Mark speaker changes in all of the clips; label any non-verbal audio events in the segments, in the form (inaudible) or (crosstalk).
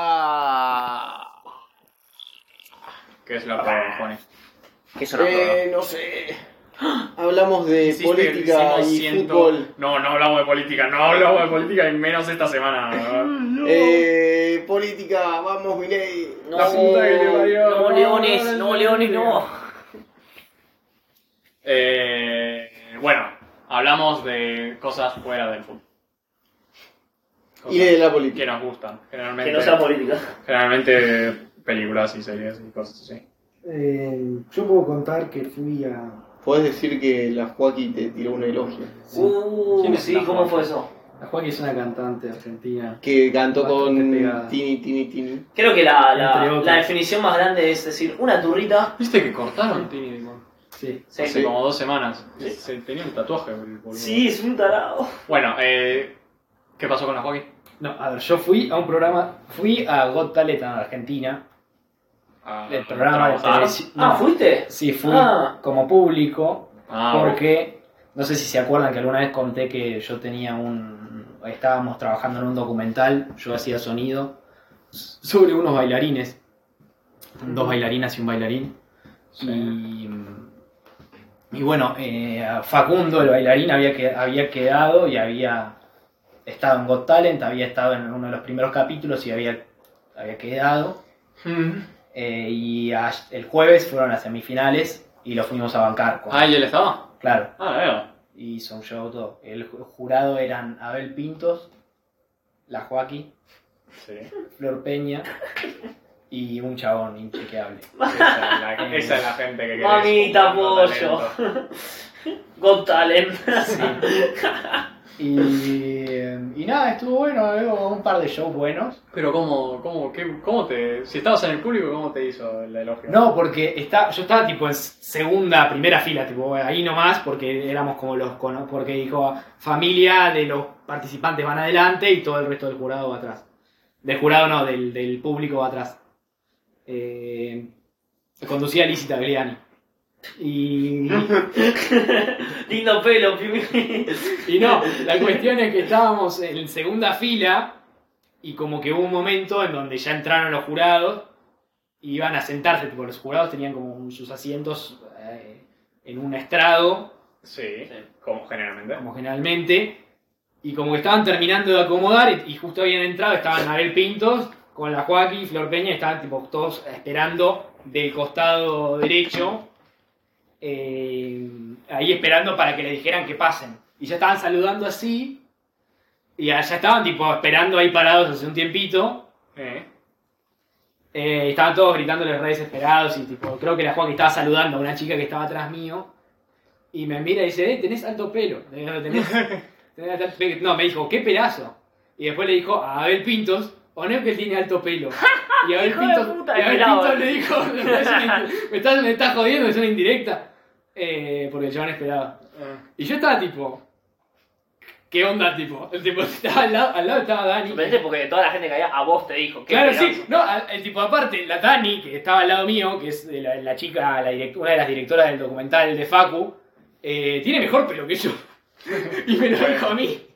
Speaker 1: prórroga.
Speaker 2: ¿Qué es la prueba, Juani?
Speaker 1: ¿Qué es una prórroga?
Speaker 3: Eh, no sé. Hablamos de
Speaker 2: Hiciste-
Speaker 3: política
Speaker 2: hicimos
Speaker 3: y
Speaker 2: 100
Speaker 3: fútbol.
Speaker 2: No, no hablamos de política, no hablamos de política y menos esta semana. ¿verdad?
Speaker 3: Eh, política, vamos, Milei.
Speaker 1: No,
Speaker 2: La puta que te parió.
Speaker 1: no, leones, no, leones, no.
Speaker 2: Eh, bueno, hablamos de cosas fuera del fútbol.
Speaker 3: Y de la
Speaker 2: que
Speaker 3: política.
Speaker 2: nos gustan, generalmente.
Speaker 1: Que no sea política.
Speaker 2: generalmente películas y series y cosas así.
Speaker 4: Eh, yo puedo contar que fui a.
Speaker 3: Podés decir que la Joaquín te tiró una elogia.
Speaker 1: Uh,
Speaker 4: ¿Quién es
Speaker 1: sí,
Speaker 4: la
Speaker 1: ¿cómo
Speaker 4: Juan?
Speaker 1: fue eso?
Speaker 4: La Joaquín es una cantante argentina.
Speaker 3: Que cantó
Speaker 4: Bastante
Speaker 3: con
Speaker 4: pegada.
Speaker 3: Tini, Tini, Tini.
Speaker 1: Creo que la, la-
Speaker 4: Entre otras.
Speaker 1: la definición más grande es decir, una turrita.
Speaker 2: ¿Viste que cortaron Tini Dimon?
Speaker 4: Sí.
Speaker 1: Sí,
Speaker 2: Hace
Speaker 3: Sí.
Speaker 2: como dos semanas.
Speaker 1: Sí.
Speaker 2: Se tenía un tatuaje, el boludo.
Speaker 1: Sí, es un tarado.
Speaker 2: Bueno, eh, ¿qué pasó con la Joaquín?
Speaker 4: No, a ver, yo fui a un programa. Fui a Got Talent a Argentina.
Speaker 2: Ah,
Speaker 4: El programa de
Speaker 2: ¿trabajar?
Speaker 4: televisión.
Speaker 1: Ah, ¿fuiste?
Speaker 4: Sí, fui
Speaker 1: Ah.
Speaker 4: como público.
Speaker 2: Ah, bueno.
Speaker 4: porque no sé si se acuerdan que alguna vez conté que yo tenía un estábamos trabajando en un documental, yo hacía sonido s- sobre unos bailarines, dos bailarinas y un bailarín. Y, y bueno, eh, a Facundo, el bailarín, había, que, había quedado y había estado en Got Talent, había estado en uno de los primeros capítulos y había, había quedado.
Speaker 2: Mm.
Speaker 4: Eh, y a- el jueves fueron las semifinales y lo fuimos a bancar. con-
Speaker 2: Ah, ¿y él estaba?
Speaker 4: Claro
Speaker 2: Ah, veo.
Speaker 4: y hizo un show todo. El ju- jurado eran Abel Pintos, la Joaquín,
Speaker 2: Sí. (laughs)
Speaker 4: Flor Peña y un chabón impequeable.
Speaker 2: Esa es la, esa es la gente que querés.
Speaker 1: Mamita,
Speaker 2: juntando
Speaker 1: pollo.
Speaker 2: talento.
Speaker 1: Got Talent.
Speaker 4: Y, y nada, estuvo bueno, veo un par de shows buenos.
Speaker 2: Pero ¿cómo, cómo, qué, cómo te... Si estabas en el público, ¿cómo te hizo el elogio?
Speaker 4: No, porque está, yo estaba tipo en segunda, primera fila, tipo ahí nomás, porque éramos como los cono- porque dijo familia de los participantes van adelante y todo el resto del jurado va atrás. Del jurado no, del, del público va atrás. Eh, conducía Lizzie Tagliani. Y,
Speaker 1: (laughs) Lindo pelo, pibe.
Speaker 4: y no, la cuestión es que estábamos en segunda fila y como que hubo un momento en donde ya entraron los jurados y iban a sentarse, porque los jurados tenían como un- sus asientos eh, en un estrado,
Speaker 2: Sí, como generalmente.
Speaker 4: como generalmente, y como que estaban terminando de acomodar y, y justo habían entrado, estaban Abel Pintos con la Joaquín y Flor Peña, estaban tipo todos esperando del costado derecho, eh, ahí esperando para que le dijeran que pasen. Y ya estaban saludando así, y ya estaban tipo esperando ahí parados hace un tiempito.
Speaker 2: Eh.
Speaker 4: Eh, estaban todos gritándoles re desesperados y tipo, creo que era Juan que estaba saludando a una chica que estaba atrás mío. Y me mira y dice, eh, tenés alto pelo. Le digo,
Speaker 1: (laughs)
Speaker 4: "Tenés- tenés alto pelo". No, me dijo, qué pelazo. Y después le dijo a Abel Pintos, o no es que él tiene alto pelo.
Speaker 1: (laughs)
Speaker 4: Y Abel
Speaker 1: Hijo de
Speaker 4: Pintos,
Speaker 1: puta,
Speaker 4: y Abel
Speaker 1: pelado.
Speaker 4: Pintos le dijo, "Me parece una in- me estás, me estás jodiendo, es una indirecta. Eh, porque el chabón esperaba. Y yo estaba tipo, ¿qué onda, tipo? El tipo (laughs) estaba al lado, al lado estaba Dani.
Speaker 1: Sorprendente porque toda la gente que había a vos te dijo. qué
Speaker 4: Claro,
Speaker 1: pedazo.
Speaker 4: sí. No, a- el tipo aparte, la Tani, que estaba al lado mío, que es la, la chica, la direct- una de las directoras del documental de Facu, eh, tiene mejor pelo que yo. (laughs) y me lo dijo a mí.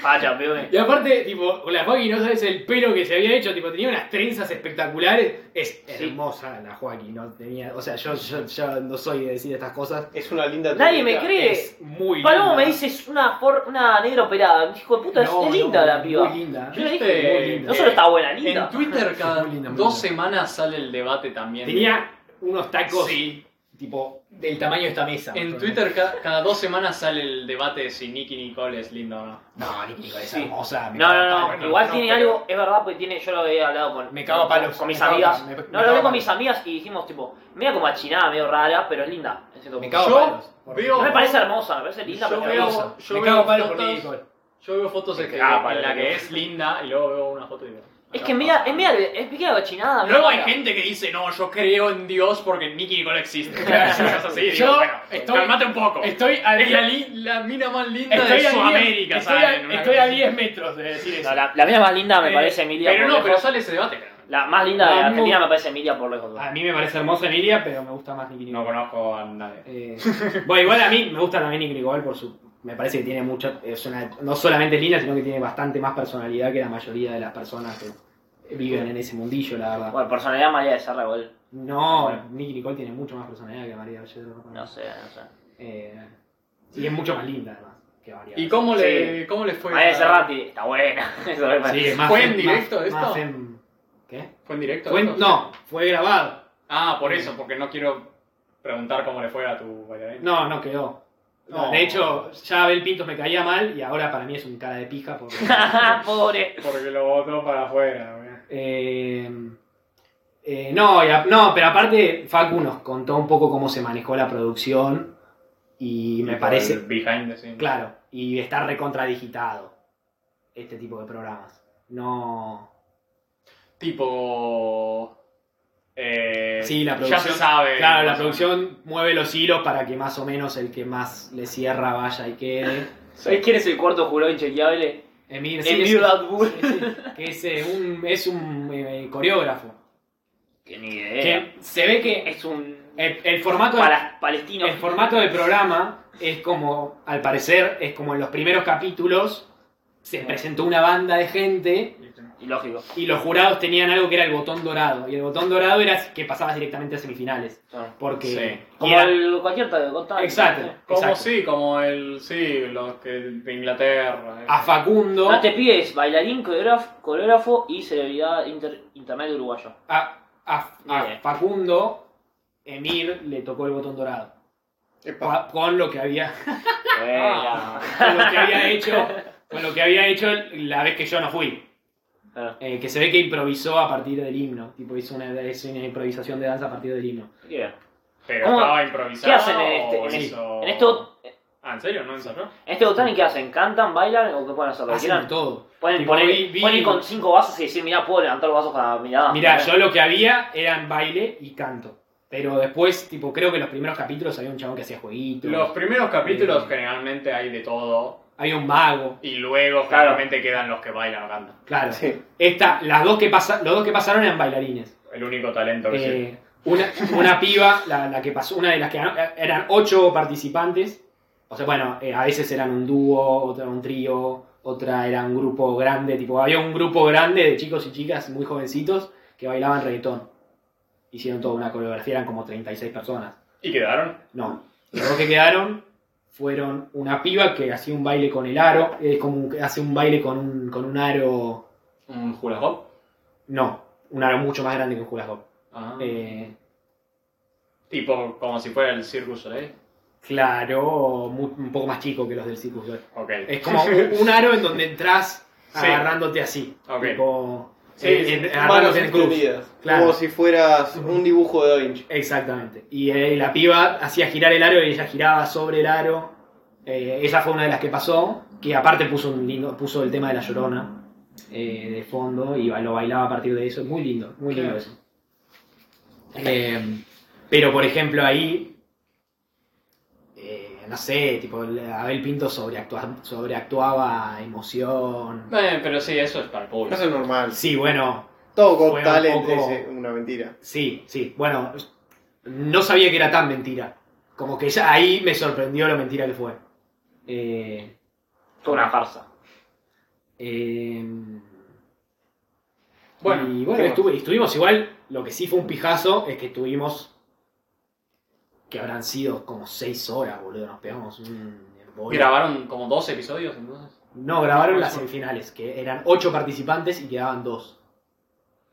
Speaker 1: Facha, pibe.
Speaker 4: Y aparte, tipo, la Joaquín, no sabes el pelo que se había hecho, tipo, tenía unas trenzas espectaculares. Es hermosa la Joaquín, no tenía. O sea, yo, yo, yo no soy de decir estas cosas.
Speaker 3: Es una linda
Speaker 1: Nadie me
Speaker 3: turista.
Speaker 1: cree.
Speaker 4: Es muy
Speaker 1: Palomo
Speaker 4: linda.
Speaker 1: me dice es una, por, una negra operada. Me dijo, puta, es-
Speaker 4: No,
Speaker 1: es linda
Speaker 4: no,
Speaker 1: la piba.
Speaker 4: Muy linda.
Speaker 1: Yo le dije,
Speaker 2: Viste,
Speaker 4: muy linda.
Speaker 1: no solo está buena, linda.
Speaker 2: En Twitter cada
Speaker 4: Muy linda, muy
Speaker 2: dos
Speaker 4: linda.
Speaker 2: semanas sale el debate también.
Speaker 4: Tenía unos tacos,
Speaker 2: Sí.
Speaker 4: tipo, del tamaño de esta mesa.
Speaker 2: En Twitter ca- cada dos semanas sale el debate de si Nicky Nicole es linda o no.
Speaker 4: No, Nicky Nicole es
Speaker 1: Sí.
Speaker 4: hermosa. me
Speaker 1: No,
Speaker 4: cago a
Speaker 1: no,
Speaker 4: palos.
Speaker 1: no. Igual
Speaker 2: no,
Speaker 1: tiene
Speaker 2: pero-
Speaker 1: algo, es verdad, porque tiene, yo lo he hablado con,
Speaker 4: Me cago a palos,
Speaker 1: con mis
Speaker 4: me cago a
Speaker 1: amigas.
Speaker 4: palos, me- me
Speaker 1: no,
Speaker 4: cago
Speaker 1: lo
Speaker 4: a
Speaker 1: hablé con
Speaker 4: palos.
Speaker 1: mis amigas y dijimos, tipo, medio como achinada, medio rara, pero es linda. en cierto
Speaker 4: Me
Speaker 1: punto.
Speaker 4: cago
Speaker 2: Yo
Speaker 4: a palos. por
Speaker 2: veo-
Speaker 1: No
Speaker 4: Nicky
Speaker 1: me parece hermosa, me parece linda,
Speaker 2: Yo
Speaker 1: pero
Speaker 2: veo-
Speaker 1: hermosa.
Speaker 4: Nicole.
Speaker 2: yo
Speaker 4: Me
Speaker 2: veo
Speaker 4: cago a palos por
Speaker 2: fotos-
Speaker 4: Nicky Nicole.
Speaker 2: Yo veo fotos de
Speaker 1: Es
Speaker 2: que,
Speaker 1: que- ah, para
Speaker 2: en la
Speaker 1: la
Speaker 2: que
Speaker 1: que-
Speaker 2: es (laughs) linda y luego veo una foto y digo.
Speaker 1: Es
Speaker 2: acá
Speaker 1: que es
Speaker 2: está.
Speaker 1: media, es media, es media cochinada. medio
Speaker 2: Luego hay
Speaker 1: rara.
Speaker 2: gente que dice, no, yo creo en Dios porque Nicky Nicole existe. (laughs) Y cosas así, digo,
Speaker 4: Yo
Speaker 2: bueno,
Speaker 4: estoy-
Speaker 2: calmate un poco.
Speaker 4: Estoy a
Speaker 2: es la,
Speaker 4: 10
Speaker 2: li- la mina más linda
Speaker 4: estoy
Speaker 2: de
Speaker 4: a 10
Speaker 2: Sudamérica,
Speaker 4: estoy a-
Speaker 2: ¿saben? Una
Speaker 4: Estoy
Speaker 2: cosa
Speaker 4: a
Speaker 2: así.
Speaker 4: 10 metros de decir eso.
Speaker 1: No, la, la mía más linda me
Speaker 4: Eh,
Speaker 1: parece Emilia.
Speaker 2: Pero
Speaker 1: por
Speaker 2: no, pero
Speaker 1: lejos.
Speaker 2: sale ese debate. claro.
Speaker 1: La más linda de
Speaker 4: A mí me
Speaker 1: Argentina
Speaker 4: gusta-
Speaker 1: me parece Emilia por lejos.
Speaker 4: A mí me parece hermosa Emilia, pero me gusta más Nicky Nicole.
Speaker 2: conozco a nadie.
Speaker 1: (laughs)
Speaker 4: Eh, bueno, igual a mí me gusta también Nicky Nicole por su me parece que tiene mucha, es una- no solamente es linda, sino que tiene bastante más personalidad que la mayoría de las personas que viven en ese mundillo, la verdad.
Speaker 1: Bueno, personalidad María de Serra igual.
Speaker 4: No, Nicky Nicole tiene mucho más personalidad que María Bellero.
Speaker 1: No sé, no sé.
Speaker 4: Eh, y es mucho más linda, además, que María.
Speaker 2: ¿Y cómo le, cómo le fue?
Speaker 1: María de
Speaker 2: a-
Speaker 1: Serrati, está buena. (laughs) Eso es
Speaker 4: Sí, es más
Speaker 2: ¿Fue en
Speaker 4: más-
Speaker 2: directo esto?
Speaker 4: más en- ¿Qué?
Speaker 2: ¿Fue en directo?
Speaker 4: Fue en-
Speaker 2: esto?
Speaker 4: no, fue grabado.
Speaker 2: Ah, por eso, porque no quiero preguntar cómo le fue a tu bailarín.
Speaker 4: No, no quedó.
Speaker 2: No.
Speaker 4: De hecho, ya Abel Pintos me caía mal y ahora para mí es un cara de
Speaker 2: (laughs)
Speaker 4: pija. Porque,
Speaker 1: (laughs) Pobre.
Speaker 2: Porque lo votó para afuera. güey.
Speaker 4: Eh, eh, no, y a- no, pero aparte Facu nos contó un poco cómo se manejó la producción y me
Speaker 2: Tipo,
Speaker 4: parece...
Speaker 2: el Behind the scenes.
Speaker 4: Claro, y está recontradigitado este tipo de programas. No.
Speaker 2: Tipo. eh,
Speaker 4: Sí, la
Speaker 2: Ya
Speaker 4: producción-
Speaker 2: se sabe.
Speaker 4: Claro, la
Speaker 2: más o
Speaker 4: producción mueve los hilos para que más o menos el que más le cierra vaya y quede.
Speaker 1: ¿Sabés quién es el cuarto jurado inchequeable?
Speaker 4: Emir, sí,
Speaker 1: Emil
Speaker 4: es-
Speaker 1: Radbull.
Speaker 4: sí, sí, que es eh, un, es un eh, coreógrafo.
Speaker 1: Que ni idea.
Speaker 4: Que se ve que
Speaker 1: Es un
Speaker 4: el, el formato de-
Speaker 1: Eh. para, palestino.
Speaker 4: El formato del programa es como, al parecer, es como en los primeros capítulos se presentó una banda de gente
Speaker 2: menos.
Speaker 1: Y lógico.
Speaker 4: y los jurados tenían algo que era el botón dorado. Y el botón dorado era que pasabas directamente a semifinales. Porque.
Speaker 2: Sí.
Speaker 4: y
Speaker 1: Como
Speaker 4: era-
Speaker 1: el cualquier contado.
Speaker 4: Exacto.
Speaker 1: Este
Speaker 2: Como
Speaker 4: exacto.
Speaker 2: sí, como el. Sí, los que de Inglaterra. eh.
Speaker 4: A Facundo.
Speaker 1: No te pides este bailarín, coreógrafo, coreógrafo y celebridad inter- intermedio uruguayo.
Speaker 4: A, a- a
Speaker 1: Bien.
Speaker 4: Facundo. Emir le tocó el botón dorado.
Speaker 3: Epa.
Speaker 4: Con con lo que había,
Speaker 1: Buena.
Speaker 4: con lo que había hecho. Con lo que había hecho la vez que yo no fui.
Speaker 1: Ah,
Speaker 4: Eh, que se ve que improvisó a partir del himno. Tipo, hizo una, hizo una improvisación de danza a partir del himno.
Speaker 1: bien.
Speaker 2: Pero
Speaker 1: ¿Cómo-
Speaker 2: estaba
Speaker 1: ¿Qué
Speaker 2: improvisado.
Speaker 1: hacen en este,
Speaker 2: o
Speaker 1: en, este-
Speaker 2: hizo-
Speaker 1: en esto-
Speaker 2: Ah, ¿en serio? ¿No ensayó?
Speaker 1: en este Botanic qué hacen? ¿Cantan, bailan o qué pueden hacer? ¿Lo que
Speaker 4: Hacen de
Speaker 1: quieran?
Speaker 4: todo.
Speaker 1: Pueden
Speaker 4: Tipo,
Speaker 1: poner,
Speaker 4: vi- vi-
Speaker 1: pueden ir con cinco vasos y decir, mirá, puedo levantar los vasos para mirá.
Speaker 4: Mirá, yo lo que había eran baile y canto. Pero después, tipo, creo que en los primeros capítulos había un chabón que hacía jueguitos.
Speaker 2: Los primeros capítulos
Speaker 4: Eh.
Speaker 2: generalmente hay de todo.
Speaker 4: Había un mago.
Speaker 2: Y luego
Speaker 1: Claro.
Speaker 2: generalmente quedan los que bailan o cantan.
Speaker 4: Claro.
Speaker 3: Sí.
Speaker 4: Esta, las dos que pasa, los dos que pasaron eran bailarines.
Speaker 2: El único talento que sí.
Speaker 4: Eh, una, una piba, la, la que pasó, una de las que eran ocho participantes. O sea, bueno, eh, a veces eran un dúo, otra un trío, otra era un grupo grande, tipo, había un grupo grande de chicos y chicas muy jovencitos que bailaban reggaetón. Hicieron toda una coreografía, eran como 36 personas.
Speaker 2: ¿Y quedaron?
Speaker 4: No, los dos que quedaron fueron una piba que hacía un baile con el aro, es como un- hace un baile con un, con un aro,
Speaker 2: ¿Un hula hop?
Speaker 4: no, un aro mucho más grande que un hula hoop.
Speaker 2: Ah.
Speaker 4: Eh,
Speaker 2: Tipo como si fuera el Circus Soleil.
Speaker 4: Claro, mu- un poco más chico que los del Circus Soleil.
Speaker 2: Ok.
Speaker 4: Es
Speaker 2: (laughs)
Speaker 4: como un un aro en donde entras
Speaker 2: Sí.
Speaker 4: agarrándote así.
Speaker 2: Ok.
Speaker 4: Tipo,
Speaker 3: Sí,
Speaker 4: en-
Speaker 3: sí,
Speaker 4: en-
Speaker 3: manos
Speaker 4: agarrándote en cruz.
Speaker 3: extendidas.
Speaker 4: Claro.
Speaker 3: Como si fueras un dibujo de Da Vinci.
Speaker 4: Exactamente. Y eh, la piba hacía girar el aro y ella giraba sobre el aro. Eh, esa fue una de las que pasó, que aparte puso un lindo, puso el tema de la llorona eh, de fondo y ba- lo bailaba a partir de eso. Muy lindo, muy lindo
Speaker 2: Claro.
Speaker 4: eso. Eh, pero por ejemplo ahí, eh, no sé, tipo el- Abel Pinto sobreactua- sobreactuaba emoción.
Speaker 2: Eh, pero sí, eso es para el público.
Speaker 3: Eso es normal.
Speaker 4: Sí, bueno,
Speaker 3: Todo
Speaker 4: Fue
Speaker 3: con
Speaker 4: un
Speaker 3: talent
Speaker 4: poco-
Speaker 3: es una mentira.
Speaker 4: Sí, sí. Bueno, no sabía que era tan mentira. Como que ya ahí me sorprendió lo mentira que fue. Eh,
Speaker 1: Fue una farsa.
Speaker 4: eh,
Speaker 1: em,
Speaker 2: Bueno,
Speaker 4: y
Speaker 3: ¿qué
Speaker 4: bueno,
Speaker 3: más?
Speaker 4: estuve- estuvimos igual. Lo que sí fue un pijazo es que estuvimos. Que habrán sido como seis horas, boludo. Nos pegamos un. embole.
Speaker 2: ¿Grabaron como dos episodios entonces?
Speaker 4: No, grabaron las semifinales, que eran ocho participantes y quedaban dos.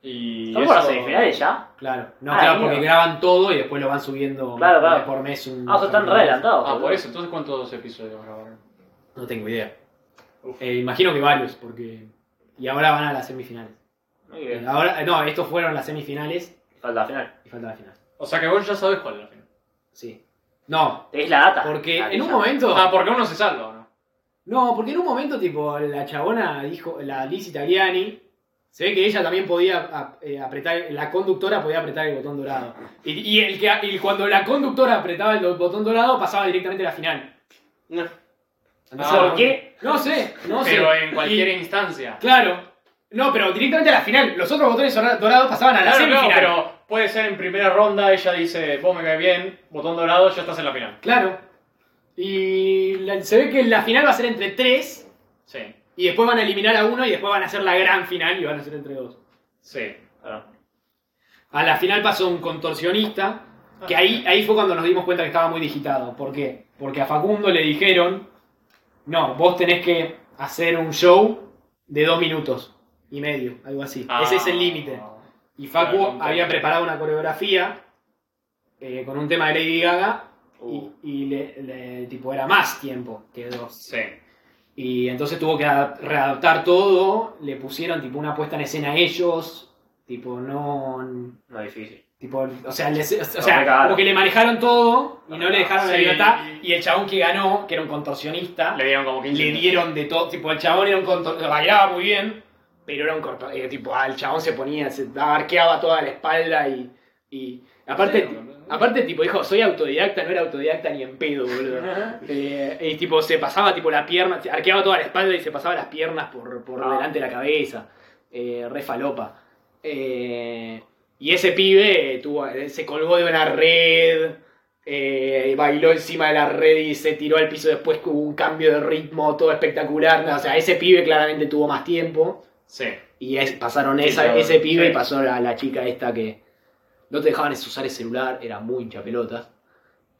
Speaker 2: Y
Speaker 1: ¿Son por las
Speaker 2: eso-
Speaker 1: semifinales ya?
Speaker 4: Claro, no,
Speaker 1: Ah,
Speaker 4: claro,
Speaker 1: mira.
Speaker 4: porque graban todo y después lo van subiendo
Speaker 1: Claro, claro.
Speaker 4: mes por mes. Un,
Speaker 1: Ah, o sea, están re adelantados.
Speaker 2: Ah,
Speaker 1: boludo.
Speaker 2: por eso. Entonces, ¿cuántos episodios grabaron?
Speaker 4: No tengo idea.
Speaker 2: Uf.
Speaker 4: Eh, imagino que varios, porque. Y ahora van a las semifinales. Eh,
Speaker 1: Muy bien.
Speaker 4: Ahora, no, estos fueron las semifinales
Speaker 1: Falta la final.
Speaker 4: y falta la final.
Speaker 2: O sea que vos ya sabes cuál es la final.
Speaker 4: Sí. No,
Speaker 1: Es la data.
Speaker 4: porque
Speaker 1: La
Speaker 4: en un
Speaker 1: lista.
Speaker 4: momento.
Speaker 2: Ah, porque uno se salva, ¿no?
Speaker 4: No, porque en un momento, tipo, la chabona dijo, la Liz Italiani, se ve que ella también podía a- eh, apretar, la conductora podía apretar el botón dorado. Y, y el que, y cuando la conductora apretaba el do- botón dorado, pasaba directamente a la final.
Speaker 3: No.
Speaker 4: Entonces,
Speaker 2: Ah,
Speaker 1: ¿Por qué?
Speaker 4: No sé, no sé.
Speaker 2: Pero en cualquier
Speaker 4: Y-
Speaker 2: instancia.
Speaker 4: Claro. No, pero directamente a la final. Los otros botones dora- dorados pasaban a la
Speaker 2: Claro, claro,
Speaker 4: semifinal.
Speaker 2: pero puede ser en primera ronda, ella dice, vos me caes bien, botón dorado, ya estás en la final.
Speaker 4: Claro. Y la- se ve que la final va a ser entre tres.
Speaker 2: Sí,
Speaker 4: Y después van a eliminar a uno y después van a hacer la gran final y van a ser entre dos.
Speaker 2: sí. claro.
Speaker 4: A la final pasó un contorsionista, que
Speaker 2: Ah.
Speaker 4: ahí, ahí fue cuando nos dimos cuenta que estaba muy digitado. ¿Por qué? Porque a Facundo le dijeron, no, vos tenés que hacer un show de dos minutos y medio, algo así.
Speaker 2: Ah.
Speaker 4: Ese es el límite. Y Facu
Speaker 2: Claro, con-
Speaker 4: había preparado una coreografía eh, con un tema de Lady Gaga
Speaker 1: Uh.
Speaker 2: Uh.
Speaker 4: y, y le, le- tipo era más tiempo que dos.
Speaker 2: Sí.
Speaker 4: Y entonces tuvo que adap- readaptar todo, le pusieron tipo una puesta en escena a ellos, tipo no...
Speaker 1: No es difícil.
Speaker 4: Tipo, o sea, les- o
Speaker 1: No,
Speaker 4: sea
Speaker 1: me cagaron.
Speaker 4: como que le manejaron todo y no le dejaron la
Speaker 2: Sí.
Speaker 4: libertad. Y el chabón que ganó, que era un contorsionista,
Speaker 2: Le
Speaker 4: le,
Speaker 2: dieron como 15 minutos.
Speaker 4: dieron de todo. Tipo, el chabón era un contorsionista, bailaba muy bien, pero era un corto- eh, tipo, al chabón se ponía, se arqueaba toda la espalda y. y- aparte,
Speaker 2: Sí, boludo.
Speaker 4: aparte, tipo, dijo, soy autodidacta, no era autodidacta ni en pedo,
Speaker 2: (laughs)
Speaker 4: boludo. Eh, y tipo, se pasaba tipo la pierna, se arqueaba toda la espalda y se pasaba las piernas por, por
Speaker 2: Ah.
Speaker 4: delante de la cabeza. Eh, re falopa. Eh, y ese pibe tuvo- eh, se colgó de una red, eh, bailó encima de la red y se tiró al piso después hubo un cambio de ritmo todo espectacular. O sea, ese pibe claramente tuvo más tiempo.
Speaker 2: Sí.
Speaker 4: Y es- pasaron
Speaker 2: Sí,
Speaker 4: esa,
Speaker 2: claro,
Speaker 4: ese pibe
Speaker 2: sí.
Speaker 4: y pasó a la chica esta que no te dejaban usar el celular, era muy hincha pelotas.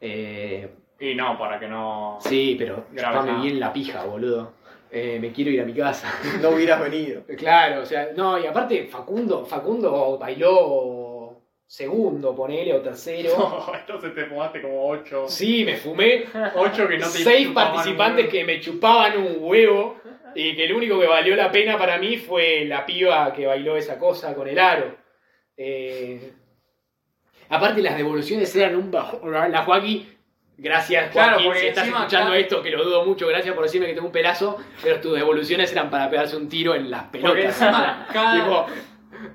Speaker 4: Eh,
Speaker 2: Y no, para que no. (laughs)
Speaker 4: Sí, pero
Speaker 2: Grave,
Speaker 4: chupame
Speaker 2: nada.
Speaker 4: bien la pija, boludo. Eh, me quiero ir a mi casa. (laughs)
Speaker 3: No hubieras venido.
Speaker 4: claro, o sea, no, y aparte Facundo, Facundo bailó segundo, ponele,
Speaker 2: (laughs)
Speaker 4: o tercero.
Speaker 2: No, entonces te fumaste como 8.
Speaker 4: Sí, me fumé
Speaker 2: 8 que no te
Speaker 4: seis
Speaker 2: chupaban
Speaker 4: participantes
Speaker 2: un-
Speaker 4: que me chupaban un huevo y que el único que valió la pena para mí fue la piba que bailó esa cosa con el aro. Eh, aparte las devoluciones eran un bajo. La Joaquín, gracias
Speaker 2: Claro,
Speaker 4: Joaquín,
Speaker 2: porque
Speaker 4: si estás
Speaker 2: encima
Speaker 4: escuchando
Speaker 2: acá-
Speaker 4: esto, que lo dudo mucho, gracias por decirme que tengo un pelazo, pero tus devoluciones eran para pegarse un tiro en las
Speaker 2: Porque
Speaker 4: pelotas. (laughs)
Speaker 2: encima cada.
Speaker 4: Tipo,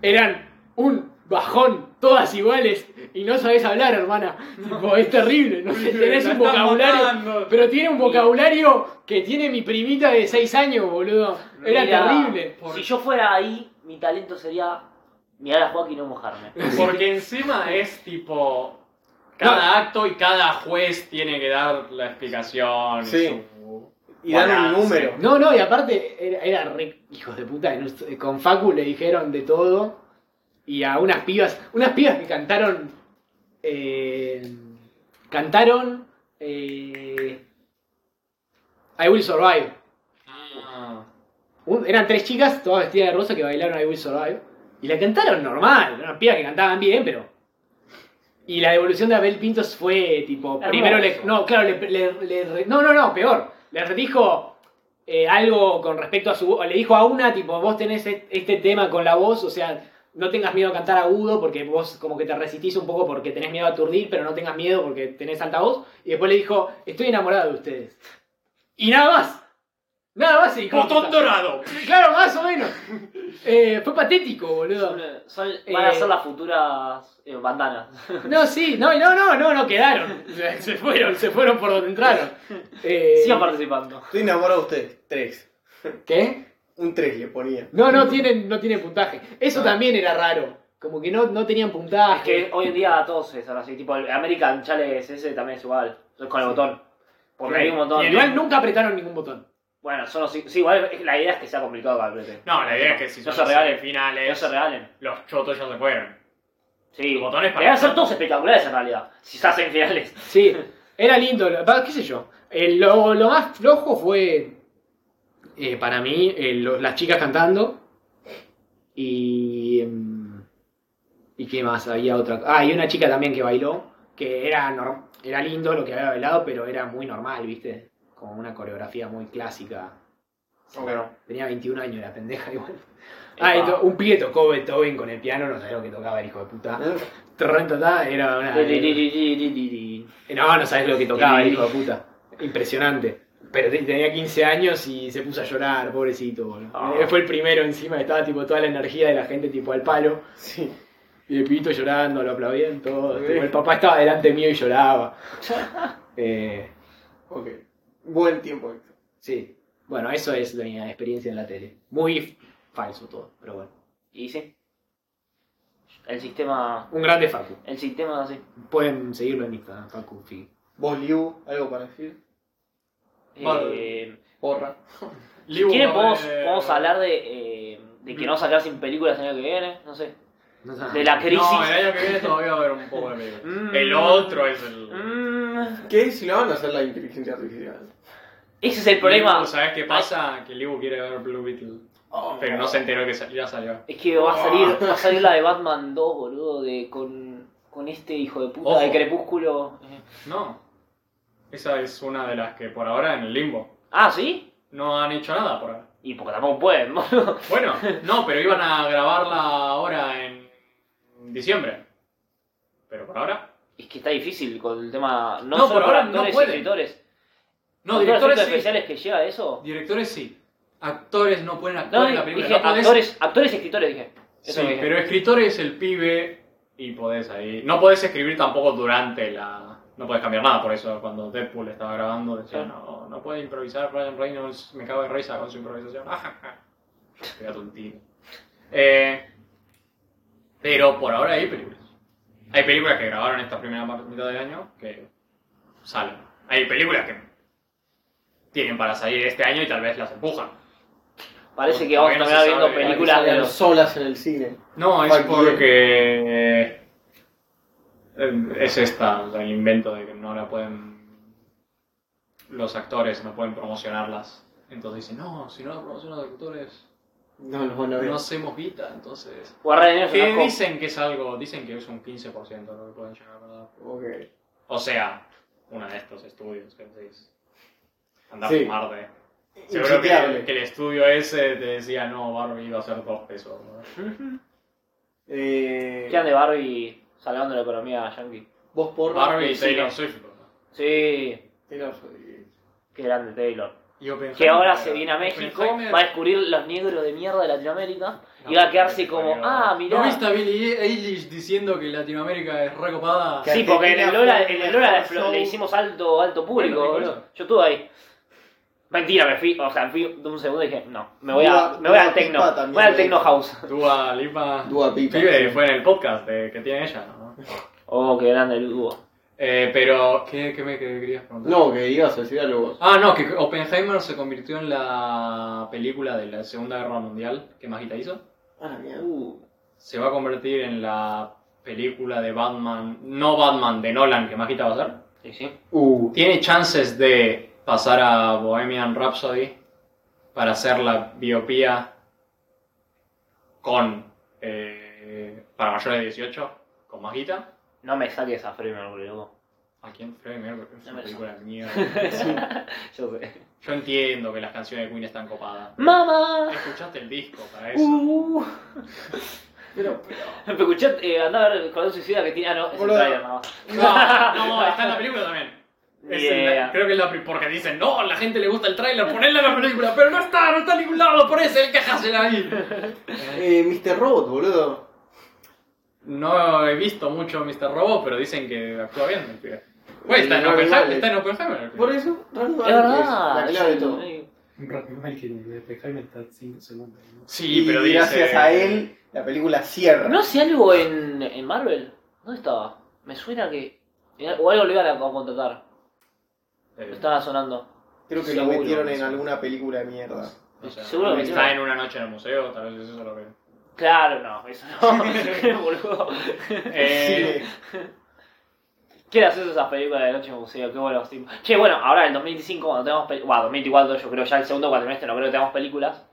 Speaker 4: eran un bajón, todas iguales, y no sabes hablar, hermana. Tipo, es terrible,
Speaker 2: (laughs)
Speaker 4: no sé, tenés
Speaker 2: La
Speaker 4: un
Speaker 2: están
Speaker 4: vocabulario.
Speaker 2: matando.
Speaker 4: Pero tiene un vocabulario que tiene mi primita de 6 años, boludo. Era
Speaker 1: Mira,
Speaker 4: terrible.
Speaker 1: Si yo fuera ahí, mi talento sería mirar a Joaquín y no (laughs) mojarme.
Speaker 2: Porque encima es tipo. Cada acto y cada juez tiene que dar la explicación. y
Speaker 3: Sí.
Speaker 2: su-
Speaker 3: Y dan un
Speaker 2: Balance.
Speaker 3: número.
Speaker 4: No, no, y aparte era, era re hijos de puta. en un- Con Facu le dijeron de todo. Y a unas pibas, unas pibas que cantaron. eh, cantaron. eh, I Will Survive.
Speaker 2: Ah.
Speaker 4: Un- eran tres chicas, todas vestidas de rosa, que bailaron I Will Survive. Y la cantaron normal, eran pibas que cantaban bien, pero. Y la devolución de Abel Pintos fue tipo.
Speaker 1: Hermoso.
Speaker 4: Primero le. No, claro, le. le- le re- no, no, no, peor. Le dijo eh, algo con respecto a su. vo- Le dijo a una, tipo, vos tenés est- este tema con la voz, o sea, no tengas miedo a cantar agudo porque vos como que te resistís un poco porque tenés miedo a aturdir, pero no tengas miedo porque tenés alta voz. Y después le dijo, estoy enamorado de ustedes. Y nada más. Nada más, y
Speaker 2: Botón dorado.
Speaker 4: Claro, más o menos. Eh, fue patético, boludo.
Speaker 1: Son, eh, son- van a
Speaker 4: Eh,
Speaker 1: ser las futuras eh, bandanas.
Speaker 4: No, sí, no, no, no, no, no quedaron. (laughs) Se fueron, se fueron por donde entraron. Eh,
Speaker 1: Sigan participando.
Speaker 3: Estoy enamorado de ustedes. Tres.
Speaker 4: ¿Qué?
Speaker 3: Un tres le ponía.
Speaker 4: No, no tienen, no tienen puntaje. Eso
Speaker 3: No.
Speaker 4: también era raro. Como que no, no tenían
Speaker 1: (laughs) Es (laughs)
Speaker 4: puntaje.
Speaker 1: que hoy en día a todos es así. Tipo, el American Chales ese también es igual. Es con el botón. Porque
Speaker 2: Sí.
Speaker 1: hay un montón.
Speaker 2: Y
Speaker 4: Igual nunca apretaron ningún botón.
Speaker 1: Bueno, son los. Sí, igual es- la idea es que sea complicado cada brete.
Speaker 2: No, la idea es que si
Speaker 1: no
Speaker 2: son
Speaker 1: se
Speaker 2: los
Speaker 1: regalen.
Speaker 2: finales,
Speaker 1: No se regalen.
Speaker 2: los chotos ya se fueron.
Speaker 1: Sí.
Speaker 2: Los botones para-
Speaker 1: Deberían ser todos espectaculares en realidad. Si se hacen finales.
Speaker 4: Sí, era lindo. lo- va, ¿Qué sé yo? Eh, lo, lo más flojo fue, eh, para mí, eh, lo- las chicas cantando. Y. mm, ¿Y qué más? Había otra. Ah, y una chica también que bailó. Que era, nor- era lindo lo que había bailado, pero era muy normal, ¿viste? Como una coreografía muy clásica.
Speaker 3: Bueno,
Speaker 4: Tenía 21 años la pendeja (laughs) igual. Ah,
Speaker 1: Epa.
Speaker 4: y to- un pibe tocó Beethoven con el piano, no sabía lo que tocaba el hijo de puta.
Speaker 3: ¿Eh?
Speaker 4: Tran, ta, ta, Era una.
Speaker 1: Di, di, di, di, di, di, di.
Speaker 4: No, no sabes lo que tocaba,
Speaker 1: Sí.
Speaker 4: hijo de puta. Impresionante. Pero te- tenía 15 años y se puso a llorar, pobrecito, boludo. Eh,
Speaker 1: Ah.
Speaker 4: Fue el primero encima, estaba tipo toda la energía de la gente tipo al palo.
Speaker 3: (laughs) Sí.
Speaker 4: Y el pibito llorando, lo aplaudían todo.
Speaker 3: Sí.
Speaker 4: tipo, el papá estaba delante mío
Speaker 1: (laughs)
Speaker 4: y lloraba. Eh,
Speaker 3: Ok. Buen tiempo. Héctor.
Speaker 4: sí. Bueno, eso es la mi experiencia en la tele. Muy f- falso todo, pero bueno.
Speaker 1: Y sí. El sistema.
Speaker 4: Un grande Facu.
Speaker 1: El sistema así.
Speaker 4: Pueden seguirlo en Instagram, Facu Fi.
Speaker 3: Vos, Liu, algo para decir.
Speaker 1: Eh,
Speaker 3: Porra.
Speaker 1: si quieren, podemos,
Speaker 2: eh,
Speaker 1: podemos hablar de, eh, de que no sacasen películas el año que viene, no sé. De la crisis.
Speaker 2: Ah, No, eh. el año que viene todavía va a haber un poco de película.
Speaker 1: Mm.
Speaker 2: El otro es el.
Speaker 1: Mm,
Speaker 3: ¿Qué si la van a hacer la inteligencia artificial?
Speaker 1: ese es el problema.
Speaker 2: Libu, ¿Sabes qué pasa? Que Libu quiere ver Blue Beetle.
Speaker 3: Oh,
Speaker 2: Pero no se enteró que sa- ya salió.
Speaker 1: Es que va a salir, va a salir la de Batman 2, boludo, de con, con este hijo de puta
Speaker 2: Ojo.
Speaker 1: de Crepúsculo.
Speaker 2: No. Esa es una de las que por ahora en el limbo.
Speaker 1: Ah, ¿sí?
Speaker 2: No han hecho nada por ahora.
Speaker 1: Y porque tampoco pueden, boludo.
Speaker 2: Bueno, no, pero iban a grabarla ahora en diciembre. Pero por ahora.
Speaker 1: (laughs) Es que está difícil con el tema. No,
Speaker 2: No,
Speaker 1: solo
Speaker 2: por
Speaker 1: para
Speaker 2: ahora no
Speaker 1: actores y
Speaker 2: pueden.
Speaker 1: escritores.
Speaker 2: No,
Speaker 1: ¿Con todos los efectos
Speaker 2: directores sí.
Speaker 1: especiales que llega eso?
Speaker 2: Directores sí. Actores no pueden actuar
Speaker 1: No,
Speaker 2: en la
Speaker 1: dije,
Speaker 2: película.
Speaker 1: dije
Speaker 2: No podés-
Speaker 1: actores, actores y escritores, dije. Eso
Speaker 2: Sí,
Speaker 1: dije.
Speaker 2: pero escritor es el pibe y podés ahí. No podés escribir tampoco durante la. No podés cambiar nada, por eso cuando Deadpool estaba grabando decía,
Speaker 1: Sí.
Speaker 2: no, no puede improvisar Ryan Reynolds, me cago de risa con su improvisación. (laughs) Pegate un tiro. Eh, pero por ahora hay películas. Hay películas que grabaron esta primera par- mitad del año que salen. Hay películas que tienen para salir este año y tal vez las empujan.
Speaker 1: Parece que vamos a
Speaker 2: Todavía no se
Speaker 1: terminar viendo
Speaker 2: sabe.
Speaker 1: películas de los.
Speaker 3: solas en el cine.
Speaker 2: No, es
Speaker 3: Joaquín.
Speaker 2: porque eh, es esta, o sea, el invento de que no la pueden, los actores no pueden promocionarlas. Entonces dicen, no, si no la promocionan los actores,
Speaker 3: No los van a ver.
Speaker 2: no hacemos guita, entonces...
Speaker 1: Guarda de
Speaker 2: ¿Qué
Speaker 1: Negro, es
Speaker 2: dicen que es algo? Dicen que es un 15% lo que pueden llegar a dar.
Speaker 3: Ok.
Speaker 2: O sea, uno de estos estudios que decís, anda
Speaker 3: Sí.
Speaker 2: a fumar de... Seguro que,
Speaker 3: Inchequeable.
Speaker 2: que el estudio ese te decía, no, Barbie iba a ser dos pesos. ¿no?
Speaker 1: una co-
Speaker 3: Eh,
Speaker 1: ¿Qué han de Barbie salvando la economía yankee?
Speaker 3: Vos porra.
Speaker 2: Barbie y
Speaker 3: sí,
Speaker 2: Taylor Swift. ¿no?
Speaker 1: Sí,
Speaker 3: Taylor Swift.
Speaker 1: qué grande Taylor.
Speaker 2: Y Oppenheimer-
Speaker 1: Que ahora se viene a México,
Speaker 2: Oppenheimer-
Speaker 1: va a descubrir los negros de mierda de Latinoamérica
Speaker 2: No,
Speaker 1: y va a quedarse
Speaker 2: no,
Speaker 1: como,
Speaker 2: no.
Speaker 1: ah, mirá.
Speaker 2: ¿No viste a Billie Eilish diciendo que Latinoamérica es recopada?
Speaker 3: ¿Qué?
Speaker 1: Sí, porque en el Lola, en el Lola
Speaker 3: Argentina fue
Speaker 1: le hicimos alto, alto público,
Speaker 2: Bueno,
Speaker 1: boludo.
Speaker 2: igual.
Speaker 1: Yo estuve ahí. Mentira, me fui, o sea, fui de un segundo y dije, no, me voy
Speaker 3: Dua-
Speaker 1: a, me voy
Speaker 3: Dua
Speaker 1: al techno,
Speaker 3: Pipa
Speaker 1: me
Speaker 3: también
Speaker 1: voy al
Speaker 3: lo
Speaker 1: techno
Speaker 3: hizo.
Speaker 1: house.
Speaker 2: Dua Lipa.
Speaker 3: Dua Pipa,
Speaker 2: Pibe,
Speaker 3: sí.
Speaker 2: fue en el podcast de- que tiene ella, ¿no?
Speaker 1: Oh, qué grande el dúo.
Speaker 2: Eh, pero, ¿qué, qué me qué querías preguntar?
Speaker 3: No, que digas, así dale vos.
Speaker 2: Ah, no, que Oppenheimer se convirtió en la película de la Segunda Guerra Mundial que más guita hizo.
Speaker 3: Ah, la mierda.
Speaker 1: Uh,
Speaker 2: Se va a convertir en la película de Batman, no Batman, de Nolan que más guita va a ser.
Speaker 1: sí, sí.
Speaker 3: Uh,
Speaker 2: ¿Tiene chances de pasar a Bohemian Rhapsody para hacer la biopía con. eh, para mayores de 18? ¿Con Majita?
Speaker 1: No me saques a Freeman, boludo.
Speaker 2: ¿A quién? Freddie Mercury, es
Speaker 1: No me
Speaker 2: una
Speaker 1: lo
Speaker 2: película de mierda.
Speaker 1: Yo sé.
Speaker 2: Yo entiendo que las canciones de Queen están copadas.
Speaker 1: ¡Mamá!
Speaker 2: Escuchaste el disco para eso.
Speaker 1: Uh, (laughs)
Speaker 3: pero,
Speaker 1: me escuché, eh, andaba a ver el Escuadrón Suicida que tiene. Ah, no, es el
Speaker 3: Boludo.
Speaker 1: trailer nada más.
Speaker 2: No, no, está en la película también. Es en la-
Speaker 1: Yeah.
Speaker 2: creo que es la pri- porque dicen, no, a la gente le gusta el tráiler, ponedla en la película, pero no está, no está en ningún lado, por eso encajásela ahí.
Speaker 3: eh, Mr. Robot, boludo.
Speaker 2: No he visto mucho Mr. Robot, pero dicen que actúa bien el pibe. Güey, está, en
Speaker 3: No,
Speaker 2: Oppenheimer,
Speaker 3: vale.
Speaker 2: está en Oppenheimer. el pibe.
Speaker 3: Por eso, Rango
Speaker 1: Es verdad.
Speaker 3: la clave de
Speaker 1: sí,
Speaker 3: todo.
Speaker 1: eh.
Speaker 4: que Oppenheimer está 5 segundos. ¿no?
Speaker 2: Sí, pero
Speaker 3: y
Speaker 2: dice...
Speaker 3: gracias a él, la película cierra.
Speaker 1: ¿No hacía algo en, en Marvel? ¿Dónde estaba? Me suena que. eh, O algo le iban a contratar.
Speaker 2: Eh,
Speaker 1: Me estaba sonando.
Speaker 3: Creo que lo
Speaker 1: Seguro,
Speaker 3: metieron en
Speaker 2: sí.
Speaker 3: alguna película de mierda.
Speaker 2: no sé,
Speaker 1: Seguro que
Speaker 2: está
Speaker 1: sí.
Speaker 2: en una noche en el museo, tal vez eso es lo que...
Speaker 1: Claro, no, (laughs) eso
Speaker 3: (laughs)
Speaker 1: no. boludo.
Speaker 2: Eh,
Speaker 3: Sí.
Speaker 1: Quiero hacer esas películas de Noche en Museo, qué buenos tiempos. Che, bueno, ahora en 2005, cuando tengamos películas. Bueno, 2024, yo creo ya el segundo cuatrimestre, no creo que tengamos películas.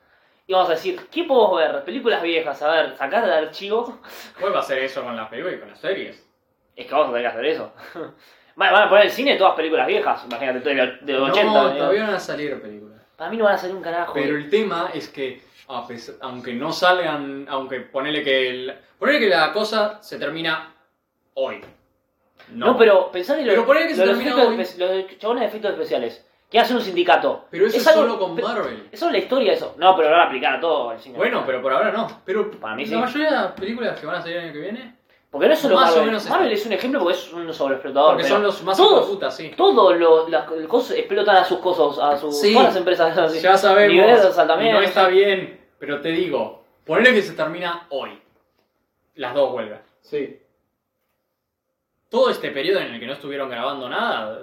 Speaker 1: Y vamos a decir, ¿qué podemos ver? Películas viejas, a ver, sacar del archivo. (laughs)
Speaker 2: ¿Cuál pues va a ser eso con las películas y con las series?
Speaker 1: Es que vamos a tener que hacer eso. (laughs) Van van a poner en cine todas películas viejas, imagínate, todo de de los 80.
Speaker 2: no,
Speaker 1: ¿no?
Speaker 2: todavía van a salir películas.
Speaker 1: Para mí no van a salir un carajo.
Speaker 2: Pero el tema es que, a pesar- aunque no salgan, aunque ponele que, el- ponele que la cosa se termina hoy.
Speaker 1: No, pero pensá que lo,
Speaker 2: Pero ponele que se
Speaker 1: lo de los
Speaker 2: termina
Speaker 1: efectos
Speaker 2: hoy.
Speaker 1: espe- lo de chabones de efectos especiales. Que hace un sindicato.
Speaker 2: Pero eso es,
Speaker 1: algo-
Speaker 2: solo con
Speaker 1: pe-
Speaker 2: Marvel.
Speaker 1: Eso es la historia, eso. No, pero lo van a aplicar a todo el cine.
Speaker 2: Bueno, pero por ahora no. Pero
Speaker 1: Para mí
Speaker 2: la
Speaker 1: sí.
Speaker 2: mayoría de las películas que van a salir el año que viene,
Speaker 1: Porque no es solo
Speaker 2: más o
Speaker 1: Marvel.
Speaker 2: menos es-
Speaker 1: Marvel es un ejemplo porque es un sobreexplotador.
Speaker 2: porque
Speaker 1: pero
Speaker 2: son los más
Speaker 1: todos-
Speaker 2: putas, sí.
Speaker 1: Todos los las cosas explotan a sus cosas, a sus
Speaker 2: Sí.
Speaker 1: todas las empresas. (laughs) así.
Speaker 2: Ya sabemos,
Speaker 1: Universal
Speaker 2: y
Speaker 1: también. ¿eh?
Speaker 2: no está bien, pero te digo, ponele que se termina hoy. Las dos huelgas.
Speaker 3: Sí.
Speaker 2: Todo este periodo en el que no estuvieron grabando nada,